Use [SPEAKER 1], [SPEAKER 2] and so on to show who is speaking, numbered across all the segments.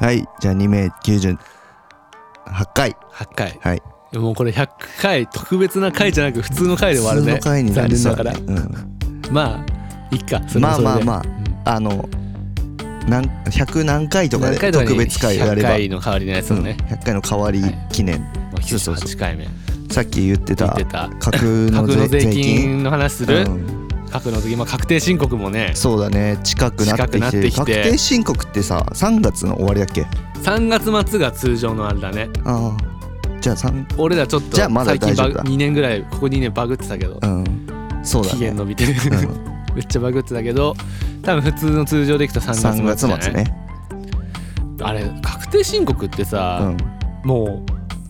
[SPEAKER 1] はいじゃあ2名98回
[SPEAKER 2] 8回
[SPEAKER 1] はい
[SPEAKER 2] もうこれ100回特別な回じゃなく普通の回で終わるね
[SPEAKER 1] 普通の回になるん
[SPEAKER 2] 残
[SPEAKER 1] だ
[SPEAKER 2] 念ながら
[SPEAKER 1] ね、うん、
[SPEAKER 2] まあいっかそれも
[SPEAKER 1] まあ
[SPEAKER 2] それで
[SPEAKER 1] まあまああのなん100何回とかで
[SPEAKER 2] 何回とかに
[SPEAKER 1] 特別回やれば
[SPEAKER 2] 100回の代わりのやつをね
[SPEAKER 1] う、ん100回の代わり記念、
[SPEAKER 2] もう
[SPEAKER 1] そうそうそう
[SPEAKER 2] 98回目
[SPEAKER 1] さっき言って
[SPEAKER 2] 言
[SPEAKER 1] た
[SPEAKER 2] ってた
[SPEAKER 1] 架空の
[SPEAKER 2] 核
[SPEAKER 1] 税
[SPEAKER 2] の税
[SPEAKER 1] 税金
[SPEAKER 2] 金の話する、
[SPEAKER 1] うん
[SPEAKER 2] 核の税金、まあ、確定申告もね
[SPEAKER 1] そうだね近くなってきて
[SPEAKER 2] 近くなってきて
[SPEAKER 1] 確定申告ってさ3月の終わりだっけ
[SPEAKER 2] 3月末が通常のあれだね
[SPEAKER 1] ああじゃあ3
[SPEAKER 2] 俺らちょっと
[SPEAKER 1] じゃあまだ
[SPEAKER 2] 最近
[SPEAKER 1] 大丈夫だ
[SPEAKER 2] 2年ぐらいここ2年バグってたけど、
[SPEAKER 1] うんそうだ
[SPEAKER 2] 期
[SPEAKER 1] ね
[SPEAKER 2] 限伸びてる、
[SPEAKER 1] うん
[SPEAKER 2] めっちゃバグってたけど多分普通の通常でいくと3月末
[SPEAKER 1] 3月
[SPEAKER 2] じゃない
[SPEAKER 1] 末ね
[SPEAKER 2] あれ確定申告って
[SPEAKER 1] う
[SPEAKER 2] さ、
[SPEAKER 1] ん
[SPEAKER 2] も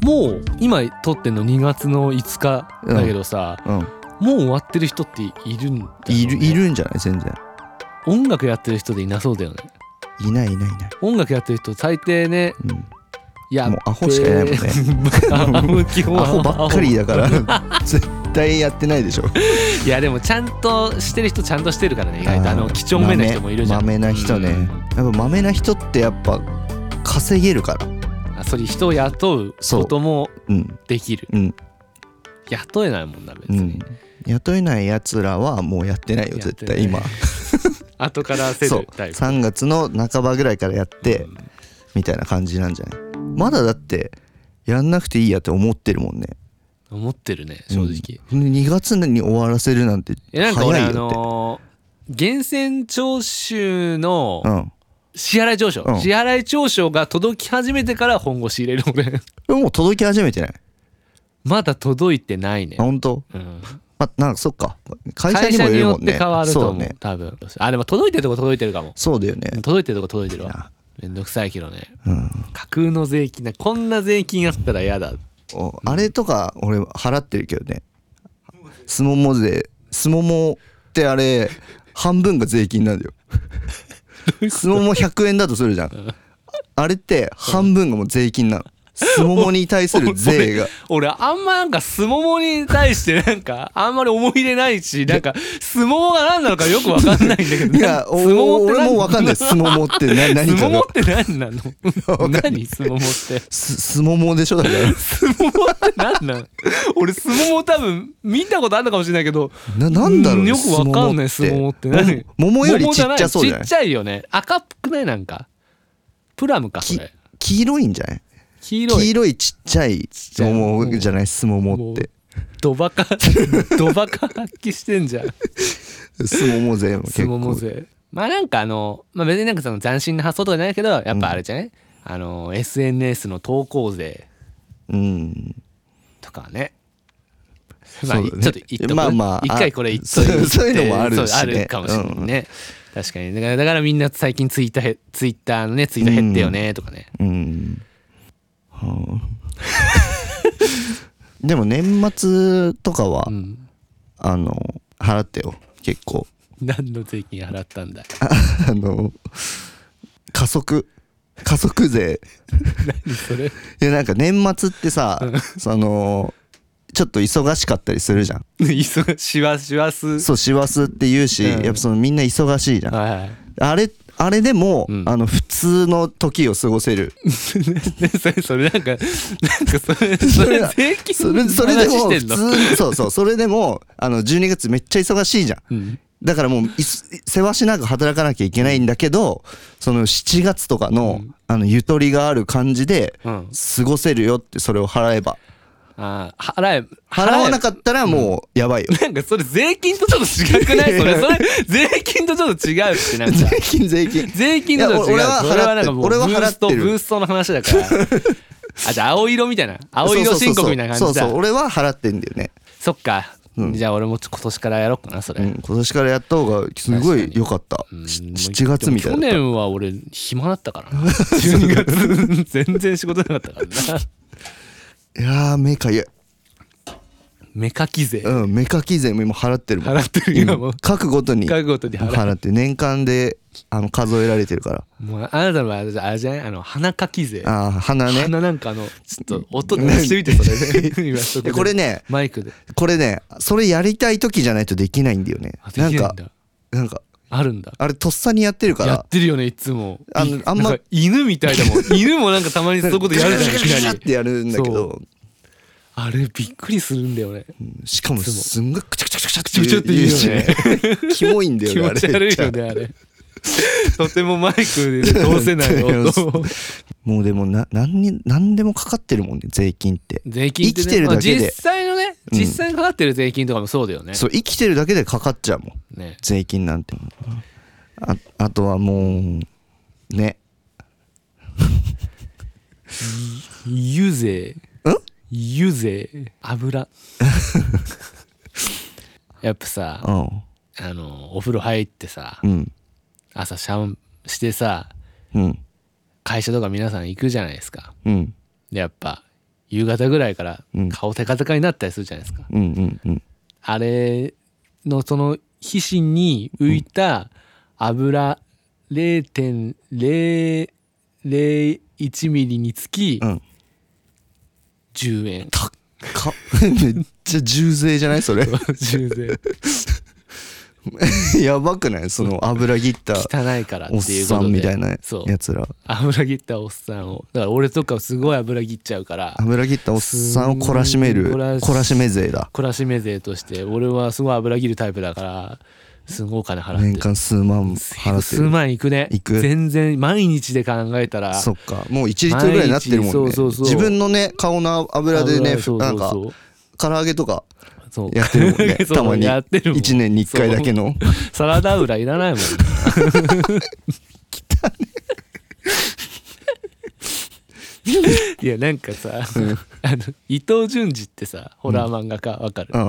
[SPEAKER 2] うもう今取ってんの2月の5日だけどさ、
[SPEAKER 1] うん
[SPEAKER 2] もう終わってる人っているんだよね
[SPEAKER 1] いるいるんじゃない全然
[SPEAKER 2] 音楽やってる人でいなそうだよね
[SPEAKER 1] いないいないいない
[SPEAKER 2] 音楽やってる人最低ね
[SPEAKER 1] うん
[SPEAKER 2] いや
[SPEAKER 1] もうアホしかいないもんね
[SPEAKER 2] ねアホ基 本
[SPEAKER 1] アホばっかりだから 絶対やってないでしょ
[SPEAKER 2] いやでもちゃんとしてる人ちゃんとしてるからね意外とあの
[SPEAKER 1] ー
[SPEAKER 2] 几帳面な人もいるじゃん
[SPEAKER 1] 豆豆な人ね、やっぱ豆な人ってやっぱ稼げるから
[SPEAKER 2] あそれ人を雇うことも
[SPEAKER 1] うん
[SPEAKER 2] できる
[SPEAKER 1] うん
[SPEAKER 2] 雇えないもんな別
[SPEAKER 1] う
[SPEAKER 2] に、
[SPEAKER 1] ん雇えないやつらはもうやってないよ
[SPEAKER 2] やっ
[SPEAKER 1] 絶
[SPEAKER 2] てない
[SPEAKER 1] 対今
[SPEAKER 2] 後から せ
[SPEAKER 1] そう
[SPEAKER 2] るタイプ
[SPEAKER 1] 3月の半ばぐらいからやって
[SPEAKER 2] うん
[SPEAKER 1] みたいな感じなんじゃないまだだってやんなくていいやって思ってるもんね
[SPEAKER 2] 思ってるね正直、
[SPEAKER 1] 2月に終わらせるなんて
[SPEAKER 2] え
[SPEAKER 1] 早
[SPEAKER 2] ないんか俺あ
[SPEAKER 1] よって
[SPEAKER 2] のー源泉徴収の
[SPEAKER 1] うん
[SPEAKER 2] 支払い調書、
[SPEAKER 1] うん
[SPEAKER 2] 支払い調書が届き始めてから本腰入れる俺
[SPEAKER 1] でももう届き始めてない
[SPEAKER 2] まだ届いてないね
[SPEAKER 1] あ、本当
[SPEAKER 2] うん、
[SPEAKER 1] まあなんかそっか会社
[SPEAKER 2] 会
[SPEAKER 1] にもよ
[SPEAKER 2] 社に
[SPEAKER 1] る
[SPEAKER 2] よ
[SPEAKER 1] も
[SPEAKER 2] っ
[SPEAKER 1] んね
[SPEAKER 2] て変わると
[SPEAKER 1] そ
[SPEAKER 2] 思
[SPEAKER 1] う
[SPEAKER 2] う
[SPEAKER 1] ね
[SPEAKER 2] 多分あでも届いてるとこ届いてるかも
[SPEAKER 1] そうだよね
[SPEAKER 2] 届いてるとこ届いてるわ
[SPEAKER 1] な
[SPEAKER 2] めんどくさいけどね
[SPEAKER 1] うん
[SPEAKER 2] 架空の税金だこんな税金あったら嫌だ
[SPEAKER 1] おあれとか俺払ってるけどねすもも税すももってあれ半分が税金なんだよすもも100円だとするじゃんあれって半分がもう税金なのすももに対する税が
[SPEAKER 2] 俺あんまなんかすももに対してなんかあんまり思い入れないしなんかすももが何なのかよくわかんないんだけど
[SPEAKER 1] いや
[SPEAKER 2] な
[SPEAKER 1] お
[SPEAKER 2] んか
[SPEAKER 1] 俺もわかんない
[SPEAKER 2] す
[SPEAKER 1] すももってな何
[SPEAKER 2] も
[SPEAKER 1] か
[SPEAKER 2] も
[SPEAKER 1] が
[SPEAKER 2] って何なの
[SPEAKER 1] わかんない
[SPEAKER 2] 何すももって
[SPEAKER 1] すすももでしょだから
[SPEAKER 2] すももって 何なの俺すもも多分見たことあるのかもしれないけど
[SPEAKER 1] ななんだろうね
[SPEAKER 2] よくわかんないすももって何
[SPEAKER 1] ももよりちっちゃそうじゃな
[SPEAKER 2] 桃
[SPEAKER 1] い
[SPEAKER 2] ちっちゃいよね赤っぽくないなんかプラムかそ
[SPEAKER 1] き
[SPEAKER 2] れ
[SPEAKER 1] 黄色いんじゃない
[SPEAKER 2] 黄色い
[SPEAKER 1] 黄色いちっちゃい
[SPEAKER 2] ちゃい
[SPEAKER 1] ももじゃないすももって
[SPEAKER 2] ド バカドバカ発揮してんじゃん
[SPEAKER 1] すもも税も結
[SPEAKER 2] すもも
[SPEAKER 1] 構
[SPEAKER 2] 勢まあなんかあの、まあ、別になんかその斬新な発想とかじゃないけどやっぱあれじゃない、あの SNS の投稿税
[SPEAKER 1] うん
[SPEAKER 2] とかねまあ、
[SPEAKER 1] そう
[SPEAKER 2] ち
[SPEAKER 1] だ
[SPEAKER 2] ょ
[SPEAKER 1] ね
[SPEAKER 2] っと言っとく
[SPEAKER 1] まあまあ
[SPEAKER 2] 一回これ言っと
[SPEAKER 1] そうそういうのもあるしね
[SPEAKER 2] そうあるかもしれないね、確かにだからだからみんな最近ツイッターへツイッターのねツイート減ってよねとかね、
[SPEAKER 1] うん、はあ、 でも年末とかは、
[SPEAKER 2] うん
[SPEAKER 1] あの払ってよ結構
[SPEAKER 2] 何の税金払ったんだ
[SPEAKER 1] あの加速加速税
[SPEAKER 2] 何そ れ
[SPEAKER 1] いやなんか年末ってさそのちょっと忙しかったりするじゃん
[SPEAKER 2] 忙しわしわす
[SPEAKER 1] そう師走って言うし、
[SPEAKER 2] うん
[SPEAKER 1] やっぱそのみんな忙しいじゃん
[SPEAKER 2] はい はい
[SPEAKER 1] あれあれでも、
[SPEAKER 2] うん
[SPEAKER 1] あの普通の時を過ごせる
[SPEAKER 2] ねそれそれなんかなんかそれ それ税金
[SPEAKER 1] そ
[SPEAKER 2] の
[SPEAKER 1] れそれで
[SPEAKER 2] 話し
[SPEAKER 1] も
[SPEAKER 2] て
[SPEAKER 1] 普
[SPEAKER 2] んの
[SPEAKER 1] 通そうそうそれでもあの12月めっちゃ忙しいじゃん
[SPEAKER 2] うん
[SPEAKER 1] だからもういす世話しなく働かなきゃいけないんだけどその7月とかの,、
[SPEAKER 2] うん
[SPEAKER 1] あのゆとりがある感じで
[SPEAKER 2] うん
[SPEAKER 1] 過ごせるよってそれを払えば
[SPEAKER 2] あー払え
[SPEAKER 1] 払わな
[SPEAKER 2] っ
[SPEAKER 1] かったらもうや ばいよ、
[SPEAKER 2] たなんかそれ税金とちょっと違くないそれそれ税金とちょっと違うってなんか
[SPEAKER 1] 税金税金
[SPEAKER 2] 税金とちょっと違う
[SPEAKER 1] いや俺
[SPEAKER 2] それはなんかもう
[SPEAKER 1] 俺は
[SPEAKER 2] ブ
[SPEAKER 1] 払
[SPEAKER 2] ー
[SPEAKER 1] っ
[SPEAKER 2] スト
[SPEAKER 1] て
[SPEAKER 2] ブ
[SPEAKER 1] る
[SPEAKER 2] ーストの話だからあじゃあ青色みたいな青色申告みたいな
[SPEAKER 1] そ
[SPEAKER 2] 感
[SPEAKER 1] う
[SPEAKER 2] じ
[SPEAKER 1] そうそうそう
[SPEAKER 2] だ
[SPEAKER 1] そう俺は払ってんだよね、
[SPEAKER 2] そっかじゃあ俺も今年からやろうかなそれ
[SPEAKER 1] う
[SPEAKER 2] うん
[SPEAKER 1] ん、今年からやった方がすごい良かったし7月みたいな
[SPEAKER 2] でも去年は俺暇だっ たからな12月全然仕事なかったからない
[SPEAKER 1] やー目かゆい
[SPEAKER 2] 目かき税
[SPEAKER 1] うん目かき税も今払ってるもん
[SPEAKER 2] 払ってるよもう
[SPEAKER 1] 各ごとに
[SPEAKER 2] 各ごとに払う
[SPEAKER 1] 払って年間であの数えられてるから
[SPEAKER 2] もうあなたの場合あれじゃあれじゃないあの鼻かき税
[SPEAKER 1] ああ鼻ね
[SPEAKER 2] 鼻なんかあのちょっと音出してみてそ れで今そで
[SPEAKER 1] これね
[SPEAKER 2] マイクで
[SPEAKER 1] これねそれやりたい時じゃないとできないんだよね
[SPEAKER 2] あでき
[SPEAKER 1] な
[SPEAKER 2] ない
[SPEAKER 1] ん
[SPEAKER 2] んだ
[SPEAKER 1] かなんか
[SPEAKER 2] あるんだ
[SPEAKER 1] あれとっさにやってるか
[SPEAKER 2] や
[SPEAKER 1] ら
[SPEAKER 2] ってるよねいつも
[SPEAKER 1] あの
[SPEAKER 2] い
[SPEAKER 1] あんま
[SPEAKER 2] なか犬みたいだも ん犬もなんかたまにそういうことやるじゃんい
[SPEAKER 1] ガシャガシ
[SPEAKER 2] き
[SPEAKER 1] ャガシ
[SPEAKER 2] な
[SPEAKER 1] ャっ
[SPEAKER 2] り
[SPEAKER 1] てやるんだけど
[SPEAKER 2] あれびっくりするんだよね
[SPEAKER 1] うんしかも
[SPEAKER 2] いつも
[SPEAKER 1] すんごいクチャクチャクチャク
[SPEAKER 2] ちょちょっと
[SPEAKER 1] 言
[SPEAKER 2] 言う
[SPEAKER 1] う
[SPEAKER 2] よ
[SPEAKER 1] し
[SPEAKER 2] ね
[SPEAKER 1] キモいんだ
[SPEAKER 2] 気
[SPEAKER 1] よね
[SPEAKER 2] 持
[SPEAKER 1] あれ
[SPEAKER 2] ち悪いよね あれとてもマイクで通せない音を
[SPEAKER 1] もうでもな何に何でもかかってるもんね税金って
[SPEAKER 2] 税金ってね
[SPEAKER 1] 生きてるだけで
[SPEAKER 2] まあ実際のね
[SPEAKER 1] うん
[SPEAKER 2] 実際にかかってる税金とかもそうだよね,、
[SPEAKER 1] そう生きてるだけでかかっちゃうもん
[SPEAKER 2] ね
[SPEAKER 1] 税金なんてああとはもうね
[SPEAKER 2] 油税
[SPEAKER 1] ん
[SPEAKER 2] 油税 油やっぱさ
[SPEAKER 1] うん
[SPEAKER 2] あのお風呂入ってさ
[SPEAKER 1] うん
[SPEAKER 2] 朝シャンしてさ
[SPEAKER 1] うん
[SPEAKER 2] 会社とか皆さん行くじゃないですか
[SPEAKER 1] うん
[SPEAKER 2] でやっぱ夕方ぐらいから
[SPEAKER 1] うん
[SPEAKER 2] 顔テカテカになったりするじゃないですか、
[SPEAKER 1] うんうんうん
[SPEAKER 2] あれのその皮脂に浮いた油0.001ミリにつき
[SPEAKER 1] うん
[SPEAKER 2] 10円、
[SPEAKER 1] たっか めっちゃ重税じゃない それ
[SPEAKER 2] 10円
[SPEAKER 1] やばくないその油切った
[SPEAKER 2] 汚いからって
[SPEAKER 1] おっ
[SPEAKER 2] いうこ
[SPEAKER 1] さ
[SPEAKER 2] とで
[SPEAKER 1] んみたいな
[SPEAKER 2] そう
[SPEAKER 1] やつら
[SPEAKER 2] 油切ったおっさんをだから俺とかすごい油切っちゃうから
[SPEAKER 1] 油切ったおっさんを懲らしめる
[SPEAKER 2] すんごい
[SPEAKER 1] 懲らしめ税だ
[SPEAKER 2] 懲らしめ税として俺はすごい油切るタイプだからすごいお金払って
[SPEAKER 1] 年間数万払って
[SPEAKER 2] 数
[SPEAKER 1] る
[SPEAKER 2] 万いくね
[SPEAKER 1] いく
[SPEAKER 2] 全然毎日で考えたら
[SPEAKER 1] そっかもう1リットルぐらいになってるもんね
[SPEAKER 2] 毎日そうそうそう
[SPEAKER 1] 自分のね顔の油でね
[SPEAKER 2] そう
[SPEAKER 1] な
[SPEAKER 2] そ
[SPEAKER 1] ん
[SPEAKER 2] う
[SPEAKER 1] か
[SPEAKER 2] そう
[SPEAKER 1] 唐揚げとか
[SPEAKER 2] そう
[SPEAKER 1] やってるもんね
[SPEAKER 2] そう
[SPEAKER 1] たまに
[SPEAKER 2] やってるもん
[SPEAKER 1] 1年に1回だけの
[SPEAKER 2] サラダ油いらないもんいやなんかさ、あの伊藤潤二ってさホラー漫画家わかる、
[SPEAKER 1] うん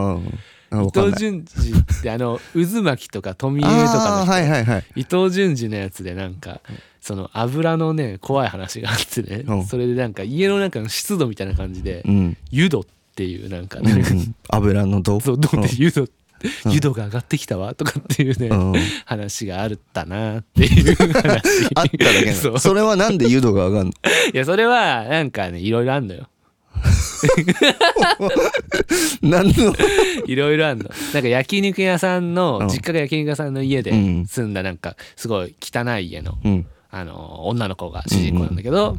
[SPEAKER 1] あわ
[SPEAKER 2] 伊
[SPEAKER 1] かんな
[SPEAKER 2] 藤
[SPEAKER 1] い
[SPEAKER 2] 潤二ってあ の渦巻きとか富江と
[SPEAKER 1] あ
[SPEAKER 2] か
[SPEAKER 1] ー
[SPEAKER 2] の人
[SPEAKER 1] はいはいはい
[SPEAKER 2] 伊藤潤二のやつでなんかその油のね怖い話があってね、
[SPEAKER 1] うん
[SPEAKER 2] それでなんか家の中の湿度みたいな感じで
[SPEAKER 1] うん
[SPEAKER 2] 湯度っていうなんか
[SPEAKER 1] う
[SPEAKER 2] ね、
[SPEAKER 1] ん油のど
[SPEAKER 2] そうどうって湯度
[SPEAKER 1] うん
[SPEAKER 2] 湯度が上がってきたわとかっていうね、
[SPEAKER 1] うん
[SPEAKER 2] 話があったなっていう話
[SPEAKER 1] あっただけな
[SPEAKER 2] そう
[SPEAKER 1] のそれはなんで湯度が上がん の
[SPEAKER 2] いやそれはなんかねいろいろあんのよ
[SPEAKER 1] 何の
[SPEAKER 2] いろいろあんのなんか焼肉屋さんの、
[SPEAKER 1] うん
[SPEAKER 2] 実家が焼肉屋さんの家で
[SPEAKER 1] うん
[SPEAKER 2] 住んだなんかすごい汚い家の、
[SPEAKER 1] うん
[SPEAKER 2] あの女の子が主人公なんだけど、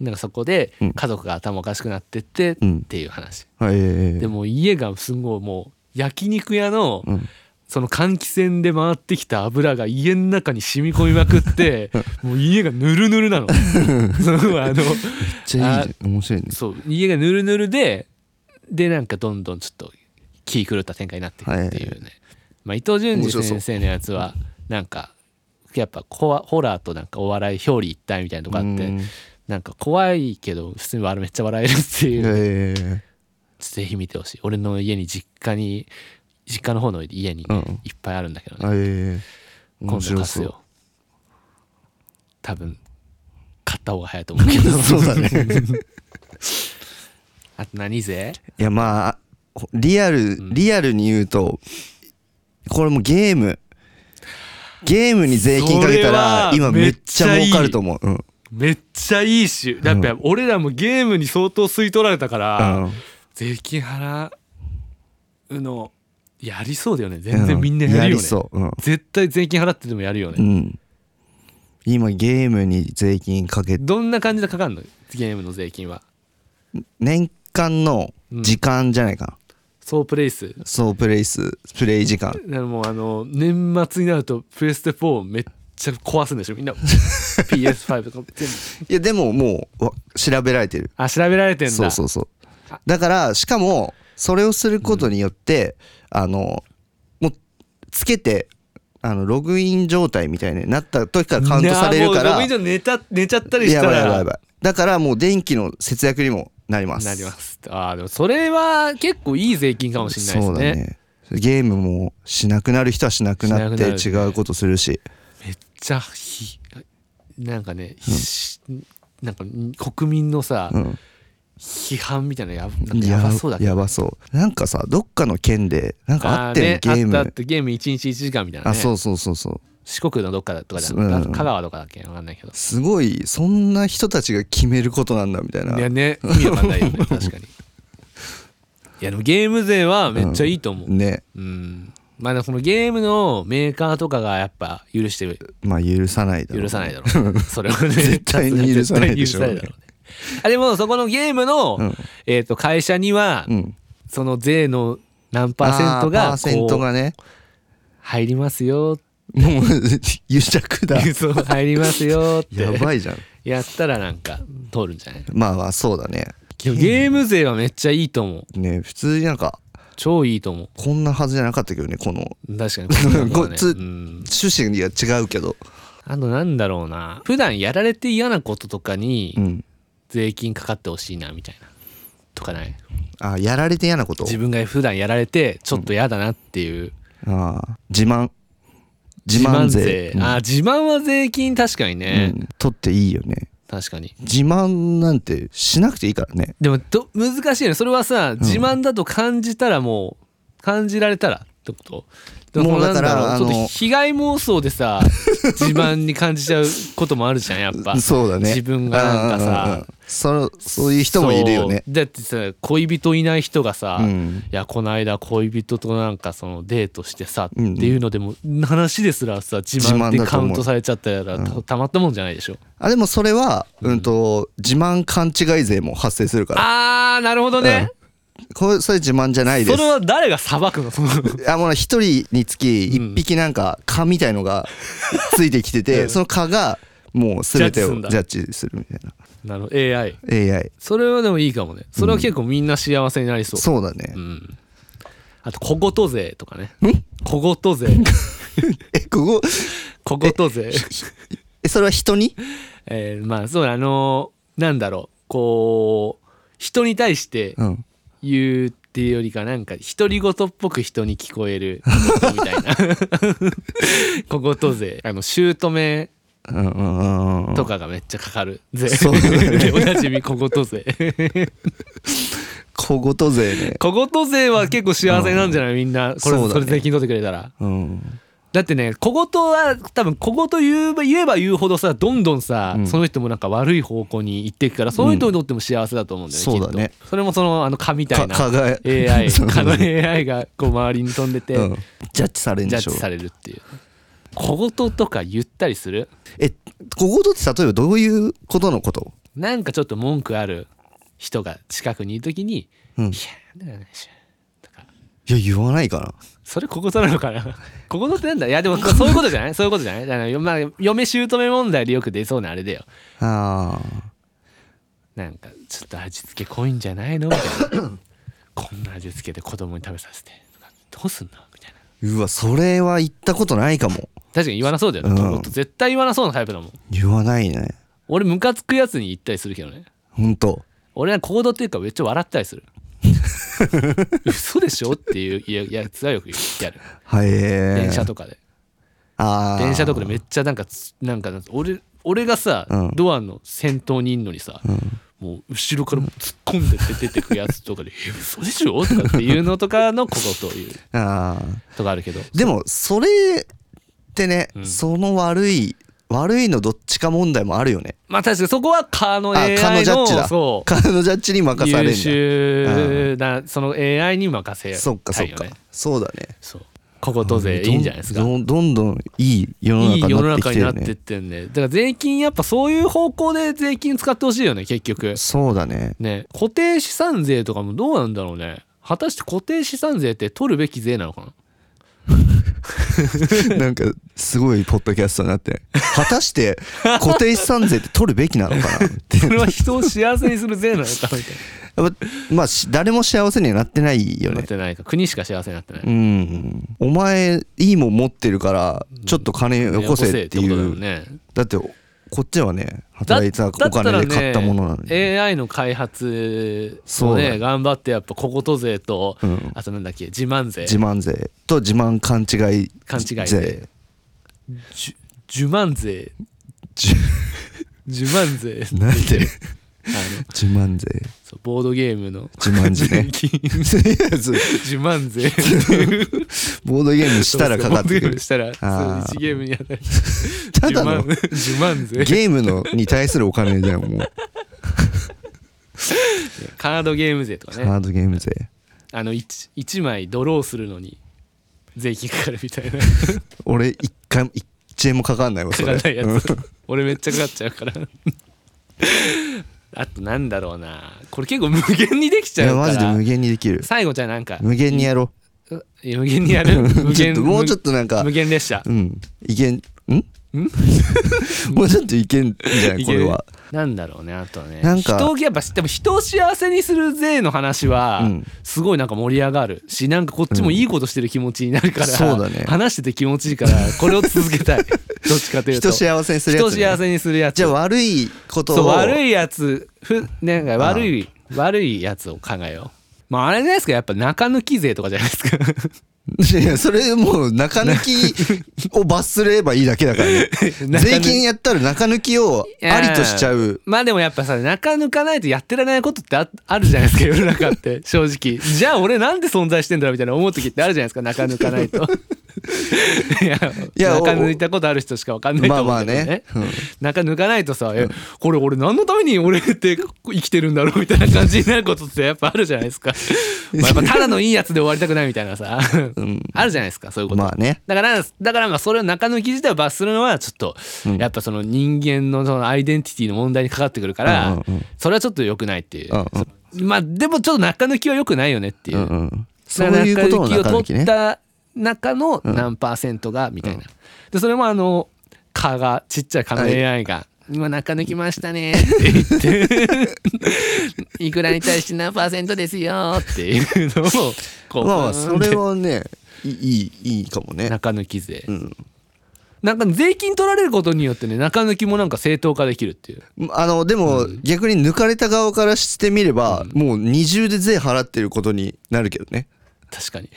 [SPEAKER 2] なんかそこで家族が頭おかしくなってってっ
[SPEAKER 1] うん
[SPEAKER 2] ていう話、
[SPEAKER 1] はいえ
[SPEAKER 2] で
[SPEAKER 1] え
[SPEAKER 2] も家がすごいもう焼肉屋の、
[SPEAKER 1] うん
[SPEAKER 2] その換気扇で回ってきた油が家の中に染み込みまくってもう家がぬるぬるなのそのあの
[SPEAKER 1] めっちゃいいじゃん面白いね
[SPEAKER 2] そう家がぬるぬるででなんかどんどんちょっと気狂った展開になっていくっていうね、まあ、伊藤潤
[SPEAKER 1] 面
[SPEAKER 2] 二
[SPEAKER 1] 白そう
[SPEAKER 2] 先生のやつはなんかやっぱコアホラーとなんかお笑い表裏一体みたいなとこあって
[SPEAKER 1] うん
[SPEAKER 2] なんか怖いけど普通に笑めっちゃ笑えるっていう、
[SPEAKER 1] ええ
[SPEAKER 2] ぜひ見てほしい俺の家に実家に実家の方の家にね、
[SPEAKER 1] うん
[SPEAKER 2] いっぱいあるんだけどね
[SPEAKER 1] あええ
[SPEAKER 2] 今
[SPEAKER 1] 面
[SPEAKER 2] 度
[SPEAKER 1] 白
[SPEAKER 2] 貸す
[SPEAKER 1] そう
[SPEAKER 2] よ多分買った方が早いと思うけど
[SPEAKER 1] そうだ ね
[SPEAKER 2] あと何ぜ
[SPEAKER 1] いやまあほリアル
[SPEAKER 2] ん
[SPEAKER 1] リアルに言うとこれもゲームゲームに税金かけたら
[SPEAKER 2] それは
[SPEAKER 1] 今めっちゃ儲かると思ううん
[SPEAKER 2] めっちゃいいしだって俺らもゲームに相当吸い取られたから、
[SPEAKER 1] うん
[SPEAKER 2] 税金払うのやりそうだよね全然みんなやるよ
[SPEAKER 1] り
[SPEAKER 2] ね、
[SPEAKER 1] そううん
[SPEAKER 2] 絶対税金払ってでもやるよ
[SPEAKER 1] う
[SPEAKER 2] ね、
[SPEAKER 1] ん今ゲームに税金かけ
[SPEAKER 2] どんな感じでかかるのゲームの税金は
[SPEAKER 1] 年間の時間じゃないかな、
[SPEAKER 2] 総プレイ数
[SPEAKER 1] そうプレイ数プレイ時 間
[SPEAKER 2] でもうあの年末になるとプレステ4めっちゃ壊すんでしょみん な PS5 とか全部
[SPEAKER 1] いやでももうわ調べられてる
[SPEAKER 2] あ調べられてんだ
[SPEAKER 1] そうそうそうだからしかもそれをすることによって、あのもうつけてあのログイン状態みたいになった時からカウントされるか
[SPEAKER 2] いやもう
[SPEAKER 1] ら
[SPEAKER 2] ゴミじゃ寝た寝ちゃったりし
[SPEAKER 1] や
[SPEAKER 2] た
[SPEAKER 1] ばい
[SPEAKER 2] ら
[SPEAKER 1] やばいやばいだからもう電気の節約にもなります
[SPEAKER 2] なりますああでもそれは結構いい税金かもしれない
[SPEAKER 1] そう
[SPEAKER 2] で
[SPEAKER 1] だ
[SPEAKER 2] すね
[SPEAKER 1] ねゲームもしなくなる人はしなくなっ
[SPEAKER 2] しなく
[SPEAKER 1] て
[SPEAKER 2] なる
[SPEAKER 1] 違うことするし
[SPEAKER 2] めっちゃひなんかね、ひなんか国民のさ、
[SPEAKER 1] うん
[SPEAKER 2] 批判みたいなのやなんかやばそうだけど
[SPEAKER 1] やばそうなんかさどっかの県でなんかあって
[SPEAKER 2] ね
[SPEAKER 1] ゲーム
[SPEAKER 2] あったあったゲーム1日1時間みたいな、ね、
[SPEAKER 1] あそうそうそうそう
[SPEAKER 2] 四国のどっかだとかじゃん、
[SPEAKER 1] うん
[SPEAKER 2] 香川とかだっけわかんないけど
[SPEAKER 1] すごいそんな人たちが決めることなんだみたいない
[SPEAKER 2] やね意味わかんないよね 確かにいやでもゲーム税はめっちゃいいと思う、
[SPEAKER 1] ね
[SPEAKER 2] うんまあでもそのゲームのメーカーとかがやっぱ許してる
[SPEAKER 1] まあ許さないだろう
[SPEAKER 2] 許さないだろ うねそれはね
[SPEAKER 1] 絶対に許さないでしょ
[SPEAKER 2] 絶対に許さないうねあでもそこのゲームの、
[SPEAKER 1] うん
[SPEAKER 2] えー、と会社には、
[SPEAKER 1] うん
[SPEAKER 2] その税の何パーセント
[SPEAKER 1] あーパー
[SPEAKER 2] が
[SPEAKER 1] セント
[SPEAKER 2] こ
[SPEAKER 1] がね
[SPEAKER 2] う入りますよ
[SPEAKER 1] もう癒着 だ
[SPEAKER 2] そう入りますよって
[SPEAKER 1] やばいじゃん
[SPEAKER 2] やったらなんか通るんじゃない
[SPEAKER 1] まあまあそうだね
[SPEAKER 2] でもゲーム税はめっちゃいいと思う
[SPEAKER 1] ね普通になんか
[SPEAKER 2] 超いいと思う
[SPEAKER 1] こんなはずじゃなかったけどねこの
[SPEAKER 2] 確かにこんなのは ね
[SPEAKER 1] ごつ
[SPEAKER 2] うん
[SPEAKER 1] 趣旨には違うけど
[SPEAKER 2] あとなんだろうな普段やられて嫌なこととかに
[SPEAKER 1] うん
[SPEAKER 2] 税金かかってほしいなみたいなとかない
[SPEAKER 1] あやられて嫌なこと
[SPEAKER 2] 自分が普段やられてちょっと嫌だなっていう、
[SPEAKER 1] あー自慢自慢税
[SPEAKER 2] あ自慢は税金確かに
[SPEAKER 1] うん
[SPEAKER 2] ね、
[SPEAKER 1] うん取っていいよね
[SPEAKER 2] 確かに
[SPEAKER 1] 自慢なんてしなくていいからね
[SPEAKER 2] でもど難しいよねそれはさ自慢だと感じたらもう感じられたらってことで
[SPEAKER 1] もうだから
[SPEAKER 2] なんろうち
[SPEAKER 1] あ
[SPEAKER 2] ょっと
[SPEAKER 1] の
[SPEAKER 2] 被害妄想で さ自慢に感じちゃうこともあるじゃんやっぱ
[SPEAKER 1] そうだね
[SPEAKER 2] 自分がなんかさ
[SPEAKER 1] うんうんうんそのそういう人もいるよね
[SPEAKER 2] そうだってさ恋人いない人がさ、
[SPEAKER 1] うん
[SPEAKER 2] いやこの間恋人となんかそのデートしてさって
[SPEAKER 1] うんうん
[SPEAKER 2] いうのでも話ですらさ自慢
[SPEAKER 1] 自慢
[SPEAKER 2] で
[SPEAKER 1] だと
[SPEAKER 2] カ
[SPEAKER 1] 思
[SPEAKER 2] ウ
[SPEAKER 1] う
[SPEAKER 2] ントされちゃったらたたまったもんじゃないでしょ
[SPEAKER 1] あでもそれは、うんと自慢勘違い税も発生するから
[SPEAKER 2] あーなるほどね、
[SPEAKER 1] これそれ自慢じゃないで
[SPEAKER 2] そ
[SPEAKER 1] す
[SPEAKER 2] れは誰が裁くの その
[SPEAKER 1] あもう一人につき一匹なんか蚊みたいのがついてきて て、その蚊がもう全てをジ
[SPEAKER 2] ジャ
[SPEAKER 1] ャッジするみたいな
[SPEAKER 2] なの AI
[SPEAKER 1] AI
[SPEAKER 2] それはでもいいかもねそれは結構みんな幸せになりそう、
[SPEAKER 1] そうだね
[SPEAKER 2] うんあと小言税とかね
[SPEAKER 1] ん
[SPEAKER 2] 小 言税
[SPEAKER 1] えここ
[SPEAKER 2] 小言税
[SPEAKER 1] えそれは人に
[SPEAKER 2] えーまあそうだあのーなんだろうこう人に対して
[SPEAKER 1] うん
[SPEAKER 2] 言うっていうよりかなんか独り言っぽく人に聞こえるみたいな 小言税あの姑
[SPEAKER 1] うんうんうんうん
[SPEAKER 2] とかがめっちゃかかる税、
[SPEAKER 1] そうだね
[SPEAKER 2] でおなじみ小言税
[SPEAKER 1] 小言勢ね
[SPEAKER 2] 小言税は結構幸せなんじゃないみんなこれ
[SPEAKER 1] そうだ
[SPEAKER 2] そ,、
[SPEAKER 1] ね
[SPEAKER 2] れ税金取ってくれたら
[SPEAKER 1] うん
[SPEAKER 2] だってね小言は多分小言言えば言えば言うほどさどんどんさ、
[SPEAKER 1] うん
[SPEAKER 2] その人もなんか悪い方向に行っていくからそういう人にとっても幸せだと思うんだよね、
[SPEAKER 1] うん
[SPEAKER 2] きっと
[SPEAKER 1] そうだね
[SPEAKER 2] それもそのあの蚊みたいな
[SPEAKER 1] か蚊が
[SPEAKER 2] AI
[SPEAKER 1] そう
[SPEAKER 2] 蚊の AI がこう周りに飛んでて、
[SPEAKER 1] うんジャッジされるんで
[SPEAKER 2] ジャ
[SPEAKER 1] し
[SPEAKER 2] ッ
[SPEAKER 1] ょ
[SPEAKER 2] ジされるっていう小言とか言ったりする
[SPEAKER 1] え小言って例えばどういうことのこと
[SPEAKER 2] なんかちょっと文句ある人が近くにいる時に「
[SPEAKER 1] うん
[SPEAKER 2] いやなんだよねしとか
[SPEAKER 1] いや言わないかな
[SPEAKER 2] それ小言なのかな 小言ってなんだいやでもそういうことじゃないそういうことじゃないあの、まあ、嫁姑問題でよく出そうなあれだよ
[SPEAKER 1] あ
[SPEAKER 2] なんかちょっと味付け濃いんじゃないのみた いなこんな味付けで子供に食べさせてとかどうすんのみたいな
[SPEAKER 1] ーうわそれは言ったことないかも
[SPEAKER 2] 確かに言わなそうだよね、
[SPEAKER 1] うん
[SPEAKER 2] 絶対言わなそうなタイプだもん
[SPEAKER 1] 言わないね
[SPEAKER 2] 俺ムカつくやつに言ったりするけどね
[SPEAKER 1] ほんと
[SPEAKER 2] 俺は行動っていうかめっちゃ笑った りする嘘でしょっていういややつはよくやる
[SPEAKER 1] はいえー
[SPEAKER 2] 電車とかで
[SPEAKER 1] あー
[SPEAKER 2] 電車とかでめっちゃなんかつなんか俺俺がさ、
[SPEAKER 1] うん
[SPEAKER 2] ドアの先頭にいんのにさ、もう後ろから突っ込んでって出てくやつとかで 「え嘘でしょ?」とかっていうのとかのことを言う
[SPEAKER 1] あー
[SPEAKER 2] とかあるけど
[SPEAKER 1] でもそれってね、
[SPEAKER 2] うん
[SPEAKER 1] その悪い悪いのどっちか問題もあるよね
[SPEAKER 2] まあ確かにそこは蚊の
[SPEAKER 1] あ
[SPEAKER 2] AI
[SPEAKER 1] 蚊のジャッジだ
[SPEAKER 2] のそう
[SPEAKER 1] 彼のジャッジに任され
[SPEAKER 2] 優
[SPEAKER 1] るんだ
[SPEAKER 2] 秀なその AI に任せたいよね
[SPEAKER 1] そっかそっかそうだね
[SPEAKER 2] そうここ当然いいんじゃないですか
[SPEAKER 1] どんどんどんどんいい世の
[SPEAKER 2] いい
[SPEAKER 1] 中
[SPEAKER 2] 世
[SPEAKER 1] に
[SPEAKER 2] の
[SPEAKER 1] なってき
[SPEAKER 2] 中
[SPEAKER 1] て
[SPEAKER 2] に
[SPEAKER 1] るよ
[SPEAKER 2] なってっ
[SPEAKER 1] ね
[SPEAKER 2] てんでだから税金やっぱそういう方向で税金使ってほしいよね結局
[SPEAKER 1] そうだね
[SPEAKER 2] ね固定資産税とかもどうなんだろうね果たして固定資産税って取るべき税なのか な
[SPEAKER 1] なんかすごいポッドキャストになって果た して固定資産税って取るべきなのかなって
[SPEAKER 2] それは人を幸せにする税なのかみたい
[SPEAKER 1] やっぱまあし誰も幸せにはなってないよ
[SPEAKER 2] なな
[SPEAKER 1] ね
[SPEAKER 2] ってないか国しか幸せになってない
[SPEAKER 1] うんお前いいもん持ってるからちょっと金よこせってい
[SPEAKER 2] よこせ
[SPEAKER 1] う
[SPEAKER 2] ことだよね
[SPEAKER 1] だってこっちはね働いたお金で買ったものなの
[SPEAKER 2] だ
[SPEAKER 1] に、
[SPEAKER 2] たらね AI の開発
[SPEAKER 1] そ
[SPEAKER 2] を
[SPEAKER 1] うだ
[SPEAKER 2] ね
[SPEAKER 1] ね
[SPEAKER 2] 頑張ってやっぱ小言税と、
[SPEAKER 1] うん
[SPEAKER 2] あとなんだっけ自慢税
[SPEAKER 1] 自慢税と自慢勘違い
[SPEAKER 2] 勘違い
[SPEAKER 1] 税
[SPEAKER 2] 税じゅ自慢税
[SPEAKER 1] じゅ
[SPEAKER 2] 自 慢税
[SPEAKER 1] なんで
[SPEAKER 2] あの
[SPEAKER 1] 自慢税
[SPEAKER 2] そうボードゲームの
[SPEAKER 1] 自慢 字ね
[SPEAKER 2] 税金
[SPEAKER 1] いやそう
[SPEAKER 2] 自慢税っていう
[SPEAKER 1] ボードゲームしたらかかってくる
[SPEAKER 2] したら
[SPEAKER 1] あー
[SPEAKER 2] そう1ゲームにあたり
[SPEAKER 1] ただの
[SPEAKER 2] 自慢自慢税
[SPEAKER 1] ゲームのに対するお金 じゃんもう
[SPEAKER 2] カードゲーム税とか
[SPEAKER 1] カ
[SPEAKER 2] ね
[SPEAKER 1] ードゲーム税
[SPEAKER 2] あの 1, 枚ドローするのに税金かかるみたいな
[SPEAKER 1] 俺一回も1円もかかんないわ
[SPEAKER 2] か
[SPEAKER 1] そ
[SPEAKER 2] か
[SPEAKER 1] れ
[SPEAKER 2] んないやつ俺めっちゃかかっちゃうからあとなんだろうなこれ結構無限にできち
[SPEAKER 1] い
[SPEAKER 2] ゃ
[SPEAKER 1] や
[SPEAKER 2] うか
[SPEAKER 1] マジで
[SPEAKER 2] ら
[SPEAKER 1] 無限にできる
[SPEAKER 2] 最後じゃあなんか
[SPEAKER 1] 無限にやろ
[SPEAKER 2] いや無限にやる
[SPEAKER 1] う
[SPEAKER 2] 無
[SPEAKER 1] ちょ
[SPEAKER 2] 限
[SPEAKER 1] っともうちょっとなんか
[SPEAKER 2] 無限列車
[SPEAKER 1] うんいけんん もうちょっといけんじゃない
[SPEAKER 2] い
[SPEAKER 1] こ
[SPEAKER 2] ける
[SPEAKER 1] れは
[SPEAKER 2] なんだろうねあとね
[SPEAKER 1] なんか
[SPEAKER 2] 人をやっぱでも人を幸せにする税の話は
[SPEAKER 1] うん
[SPEAKER 2] すごいなんか盛り上がるしなんかこっちもいいことしてる気持ちになるから、
[SPEAKER 1] うんそうだね
[SPEAKER 2] 話してて気持ちいいからこれを続け たいどっちかというと
[SPEAKER 1] 人幸せにするや
[SPEAKER 2] 人
[SPEAKER 1] つね
[SPEAKER 2] 幸せにするやつ
[SPEAKER 1] じゃあ悪いこと
[SPEAKER 2] そう
[SPEAKER 1] を
[SPEAKER 2] 悪いやつふなんか悪い悪いやつを考えようまああれじゃないですかやっぱ中抜き税とかじゃないですか
[SPEAKER 1] いやそれもう中抜き を罰すればいいだけだからね
[SPEAKER 2] 抜
[SPEAKER 1] 税金やったら中抜きをありとしちゃう
[SPEAKER 2] まあでもやっぱさ中抜かないとやってられないことってああるじゃない ですか世の中って正直じゃあ俺なんで存在してんだろうみたいな思う時ってあるじゃないですか中抜かないといや
[SPEAKER 1] いやお
[SPEAKER 2] 中抜いたことある人しか分かんないと思うけどね,、
[SPEAKER 1] まあまあね
[SPEAKER 2] 中抜かないとさ、えこれ俺何のために俺って生きてるんだろうみたいな感じになることってやっぱあるじゃないですかまあやっぱただのいいやつで終わりたくないみたいなさ、あるじゃないですかそういうこと、
[SPEAKER 1] まあね
[SPEAKER 2] だからだからまあそれを中抜き自体を罰するのはちょっと、やっぱその人間のそのアイデンティティの問題にかかってくるから、
[SPEAKER 1] うんうんうん
[SPEAKER 2] それはちょっと良くないっていう、
[SPEAKER 1] うんうん
[SPEAKER 2] まあでもちょっと中抜きは良くないよねっていう、
[SPEAKER 1] うんうんそういうことの中抜きね
[SPEAKER 2] だから中抜きを取った中の何パーセントがみたいな、でそれもあの蚊がちっちゃい蚊の
[SPEAKER 1] はい
[SPEAKER 2] AI が「今中抜きましたね」って言 って「いくらに対して何パーセントですよ」っていうのをこう
[SPEAKER 1] まあそれはねいいいいいいかもね
[SPEAKER 2] 中抜き税、
[SPEAKER 1] ん
[SPEAKER 2] なんか税金取られることによってね中抜きもなんか正当化できるっていう
[SPEAKER 1] あのでも逆に抜かれた側からしてみればもう二重で税払ってることになるけどね
[SPEAKER 2] 確かに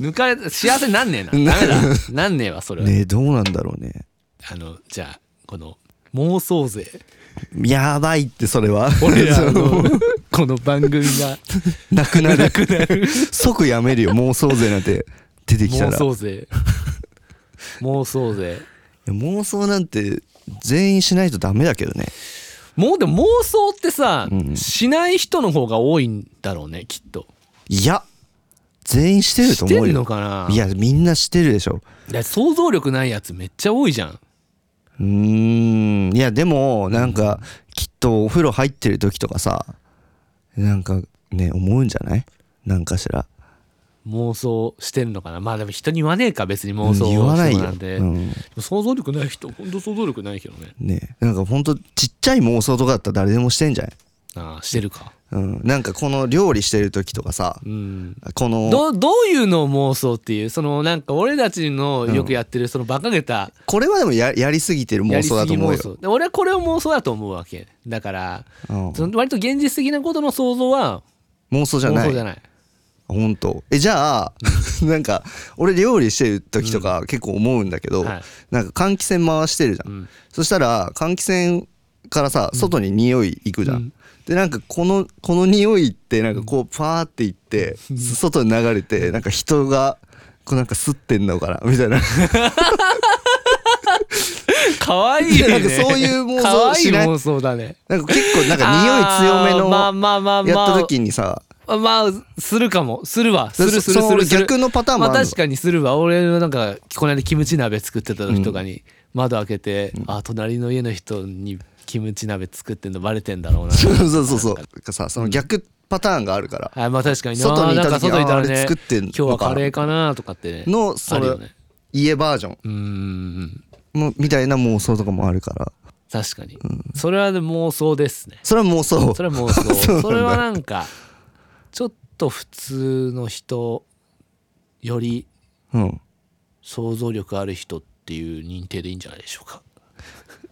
[SPEAKER 2] 抜かれ幸せになんねえなダメだなんねえわそれは、
[SPEAKER 1] ねえどうなんだろうね
[SPEAKER 2] あのじゃあこの妄想税
[SPEAKER 1] やばいってそれは
[SPEAKER 2] 俺ら
[SPEAKER 1] その
[SPEAKER 2] のこの番組が
[SPEAKER 1] なくな
[SPEAKER 2] な
[SPEAKER 1] る
[SPEAKER 2] くなる
[SPEAKER 1] 即やめるよ妄想税なんて出てきた
[SPEAKER 2] 妄
[SPEAKER 1] ら
[SPEAKER 2] 想税妄想
[SPEAKER 1] い
[SPEAKER 2] 税
[SPEAKER 1] や妄想なんて全員しないとダメだけどね
[SPEAKER 2] もうでも妄想ってさ、
[SPEAKER 1] うん
[SPEAKER 2] しない人の方が多いんだろうねきっと
[SPEAKER 1] いや全員してると
[SPEAKER 2] して
[SPEAKER 1] 思う
[SPEAKER 2] るの
[SPEAKER 1] よ
[SPEAKER 2] かない
[SPEAKER 1] やみんなしてるでしょ
[SPEAKER 2] だって想像力ないやつめっちゃ多いじゃん
[SPEAKER 1] うーんいやでもなんかきっとお風呂入ってる時とかさなんかね思うんじゃないなんかしら
[SPEAKER 2] 妄想してるのかなまあでも人に言わねえか別に妄想
[SPEAKER 1] うん言わないよ
[SPEAKER 2] なんで、
[SPEAKER 1] うん
[SPEAKER 2] 想像力ない人本当想像力ないけどね
[SPEAKER 1] ねなんかほんとちっちゃい妄想とかだったら誰でもしてんじゃない
[SPEAKER 2] ああしてるか
[SPEAKER 1] うん、なんかこの料理してる時とかさ
[SPEAKER 2] うん
[SPEAKER 1] この
[SPEAKER 2] どどういうのを妄想っていうそのなんか俺たちのよくやってるそのバカげた
[SPEAKER 1] これはでもややりすぎてる
[SPEAKER 2] や
[SPEAKER 1] 妄
[SPEAKER 2] りす
[SPEAKER 1] 想だと
[SPEAKER 2] ぎ
[SPEAKER 1] 思う
[SPEAKER 2] 妄
[SPEAKER 1] よ
[SPEAKER 2] 想で俺はこれを妄想だと思うわけだから
[SPEAKER 1] うん
[SPEAKER 2] その割と現実的なことの想像は
[SPEAKER 1] 妄想じゃ
[SPEAKER 2] 妄
[SPEAKER 1] ない
[SPEAKER 2] 想じゃない
[SPEAKER 1] 本当えじゃあなんか俺料理してる時とか結構思うんだけど、
[SPEAKER 2] はい
[SPEAKER 1] なんか換気扇回してるじゃん、
[SPEAKER 2] うん
[SPEAKER 1] そしたら換気扇からさ外に匂い行くじゃん、
[SPEAKER 2] うん
[SPEAKER 1] でなんかこのこの匂いってなんかこうパーっていって外に流れてなんか人がこうなんか吸ってんのかなみた いな
[SPEAKER 2] 可愛いね
[SPEAKER 1] なんかそういう妄想
[SPEAKER 2] 可愛い
[SPEAKER 1] しない
[SPEAKER 2] 妄想だね
[SPEAKER 1] なんか結構なんか匂い強め
[SPEAKER 2] あー
[SPEAKER 1] の
[SPEAKER 2] まあまあまあまあ
[SPEAKER 1] やった時にさ
[SPEAKER 2] あまあするかもするわするす
[SPEAKER 1] そ
[SPEAKER 2] る
[SPEAKER 1] の
[SPEAKER 2] するする
[SPEAKER 1] 逆のパターンも
[SPEAKER 2] まあ
[SPEAKER 1] あるの
[SPEAKER 2] 確かにするわ俺のなんかこの間キムチ鍋作ってた時とかに窓開けて、あ隣の家の人にキムチ鍋作ってんのバレてんだろう な
[SPEAKER 1] そうそうそうそうなんかさその逆パターンがあるから
[SPEAKER 2] あまあ確かにな
[SPEAKER 1] 外にいた時
[SPEAKER 2] なんか外にいたら
[SPEAKER 1] あーあ
[SPEAKER 2] ね
[SPEAKER 1] れ作ってんの
[SPEAKER 2] 今日
[SPEAKER 1] かな
[SPEAKER 2] はカレーかなとかってね
[SPEAKER 1] のそ
[SPEAKER 2] ある
[SPEAKER 1] の
[SPEAKER 2] よね
[SPEAKER 1] 家バージョン
[SPEAKER 2] うーん
[SPEAKER 1] もみたいな妄想とかもあるから
[SPEAKER 2] 確かに、それはね妄想ですね
[SPEAKER 1] それは妄想
[SPEAKER 2] それは妄想
[SPEAKER 1] そうなんだ
[SPEAKER 2] それはなんかちょっと普通の人より
[SPEAKER 1] うん
[SPEAKER 2] 想像力ある人っていう認定でいいんじゃないでしょうか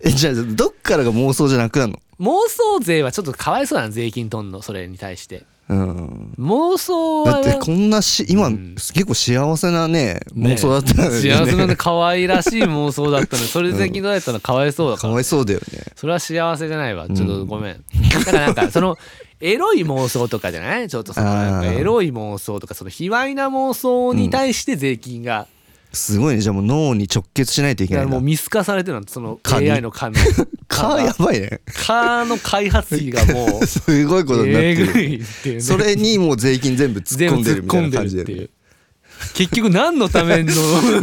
[SPEAKER 1] えじゃあどっからが妄想じゃなくなるの
[SPEAKER 2] 妄想税はちょっとかわいそうだな税金とんのそれに対して
[SPEAKER 1] うん
[SPEAKER 2] 妄想
[SPEAKER 1] だ
[SPEAKER 2] は
[SPEAKER 1] ってこんなし今、
[SPEAKER 2] うん
[SPEAKER 1] 結構幸せなね
[SPEAKER 2] ね
[SPEAKER 1] 妄想だったのにね
[SPEAKER 2] 幸せなんで可愛らしい妄想だったのにそれで税金取られたのかわいそうだか、
[SPEAKER 1] からわいそうだよね
[SPEAKER 2] それは幸せじゃないわちょっとごめん、だからなんかそのエロい妄想とかじゃないちょっとそのなんか
[SPEAKER 1] あー
[SPEAKER 2] エロい妄想とかその卑猥な妄想に対して税金が、
[SPEAKER 1] すごいねじゃあもう脳に直結しないといけ
[SPEAKER 2] だか
[SPEAKER 1] ない
[SPEAKER 2] ら
[SPEAKER 1] んだ
[SPEAKER 2] もう見透かされてるのその
[SPEAKER 1] 蚊に
[SPEAKER 2] AI の感の
[SPEAKER 1] かやばいね
[SPEAKER 2] カーの開発費が もう
[SPEAKER 1] すごいことになっ
[SPEAKER 2] え
[SPEAKER 1] て
[SPEAKER 2] ぐ
[SPEAKER 1] る
[SPEAKER 2] いっていうね
[SPEAKER 1] それにもう税金全部突っ
[SPEAKER 2] 全部
[SPEAKER 1] 込んで
[SPEAKER 2] 突
[SPEAKER 1] る
[SPEAKER 2] っ
[SPEAKER 1] みた
[SPEAKER 2] 込
[SPEAKER 1] い
[SPEAKER 2] ん
[SPEAKER 1] な
[SPEAKER 2] で
[SPEAKER 1] 感じ
[SPEAKER 2] るっ
[SPEAKER 1] だ
[SPEAKER 2] て
[SPEAKER 1] よ
[SPEAKER 2] い
[SPEAKER 1] ね
[SPEAKER 2] う結局何のため の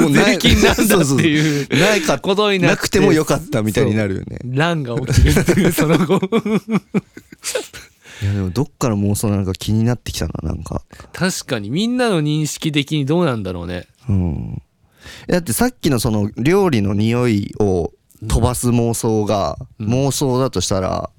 [SPEAKER 2] 税金なんだ
[SPEAKER 1] そう
[SPEAKER 2] っていう
[SPEAKER 1] そうそうないか
[SPEAKER 2] ことになって
[SPEAKER 1] なくてもよかったみたいになるよね
[SPEAKER 2] 乱が起きるっていうその後
[SPEAKER 1] いやでもどっから妄想なのか気になってきたななんか
[SPEAKER 2] 確かにみんなの認識的にどうなんだろうね
[SPEAKER 1] うんだってさっきのその料理の匂いを飛ばす妄想が妄想だとしたら、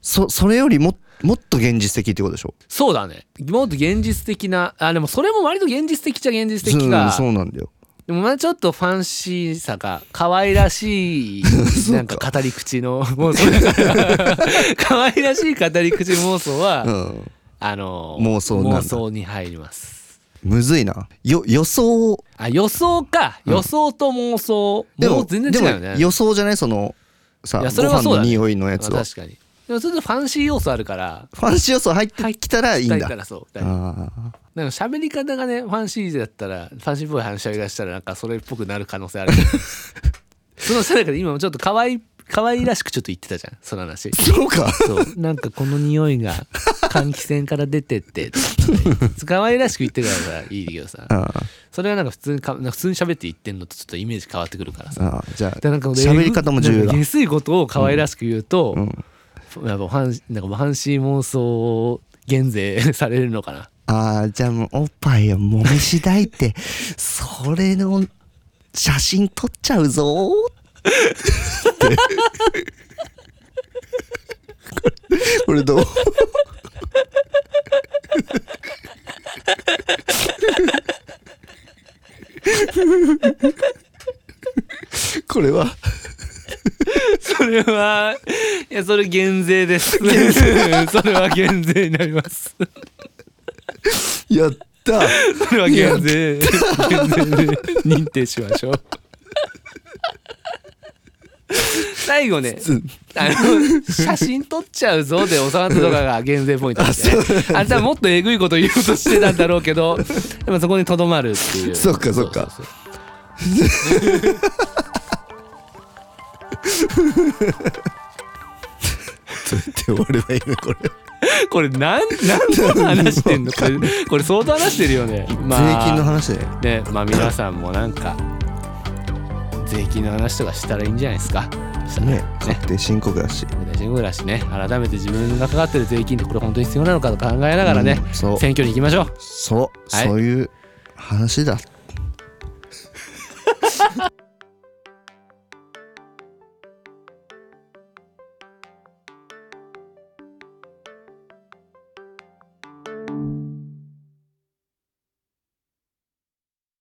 [SPEAKER 1] そそれよりももっと現実的ってことでしょ
[SPEAKER 2] そうだねもっと現実的なあでもそれも割と現実的っちゃ現実的か
[SPEAKER 1] そうそうなんだよ
[SPEAKER 2] でもまあちょっとファンシーさか可愛らしいなん か語り口の妄想だ から可愛らしい語り口妄想は、
[SPEAKER 1] うん
[SPEAKER 2] あの
[SPEAKER 1] 妄想なんだ
[SPEAKER 2] 妄想に入ります
[SPEAKER 1] むずいなよ予想
[SPEAKER 2] あ予想か予想と妄想、もう全然違うよ
[SPEAKER 1] で
[SPEAKER 2] ね
[SPEAKER 1] も予想じゃないそのさ
[SPEAKER 2] い
[SPEAKER 1] ご
[SPEAKER 2] やそれは
[SPEAKER 1] 飯
[SPEAKER 2] そう
[SPEAKER 1] の
[SPEAKER 2] だね
[SPEAKER 1] 匂いのやつ
[SPEAKER 2] ま
[SPEAKER 1] は
[SPEAKER 2] あ確かにでもちょっとファンシー要素あるから
[SPEAKER 1] ファンシー予想入ってきたらいいん
[SPEAKER 2] だ
[SPEAKER 1] だ
[SPEAKER 2] か。らそうだから
[SPEAKER 1] あ
[SPEAKER 2] なんか喋り方がねファンシーだったらファンシーっぽい話し合いがしたらなんかそれっぽくなる可能性 あるそのさなかで今もちょっと可愛い可愛らしくちょっと言ってたじゃんその話
[SPEAKER 1] ーそうか。
[SPEAKER 2] そうなんかこの匂いが換気扇から出てってとか言って可愛らしく言ってるからさいいけどさ
[SPEAKER 1] あー
[SPEAKER 2] それはなんか普通にかなんか普通に喋って言ってんのとちょっとイメージ変わってくるからさ
[SPEAKER 1] あーじゃあ
[SPEAKER 2] だからなんか俺
[SPEAKER 1] 喋り方も重要だ
[SPEAKER 2] なんか。下水ことを可愛らしく言うと、
[SPEAKER 1] うん
[SPEAKER 2] やっぱ半なんか半身妄想を減税されるのかな
[SPEAKER 1] ああじゃあもうおっぱいを揉みしだいてそれの写真撮っちゃうぞーってこれこれどうこれは
[SPEAKER 2] それはいやそれ減税で す それは減税になります
[SPEAKER 1] や った
[SPEAKER 2] それは減税減税で認定しましょう 最後ね
[SPEAKER 1] つ
[SPEAKER 2] あの写真撮っちゃうぞで収まったとかが減税ポイントですね
[SPEAKER 1] あそう
[SPEAKER 2] あれ多分もっとえぐいこと言おうとしてたんだろうけ どでもそこにとどまるっていう
[SPEAKER 1] そっかそっか
[SPEAKER 2] そうそう
[SPEAKER 1] って終わればいいのこれ。
[SPEAKER 2] そうこれなん何の話してんのこれこれ相当話してるよね、まあ、
[SPEAKER 1] 税金の話ね。
[SPEAKER 2] ねまあ皆さんもなんか税金の話とかしたらいいんじゃないですかしたら
[SPEAKER 1] ね、確定申告だし。
[SPEAKER 2] 大臣ぐらいしね改めて自分がかかってる税金ってこれ本当に必要なのかと考えながらね、
[SPEAKER 1] うんそう
[SPEAKER 2] 選挙に行きましょう
[SPEAKER 1] そう、
[SPEAKER 2] はい
[SPEAKER 1] そういう話だ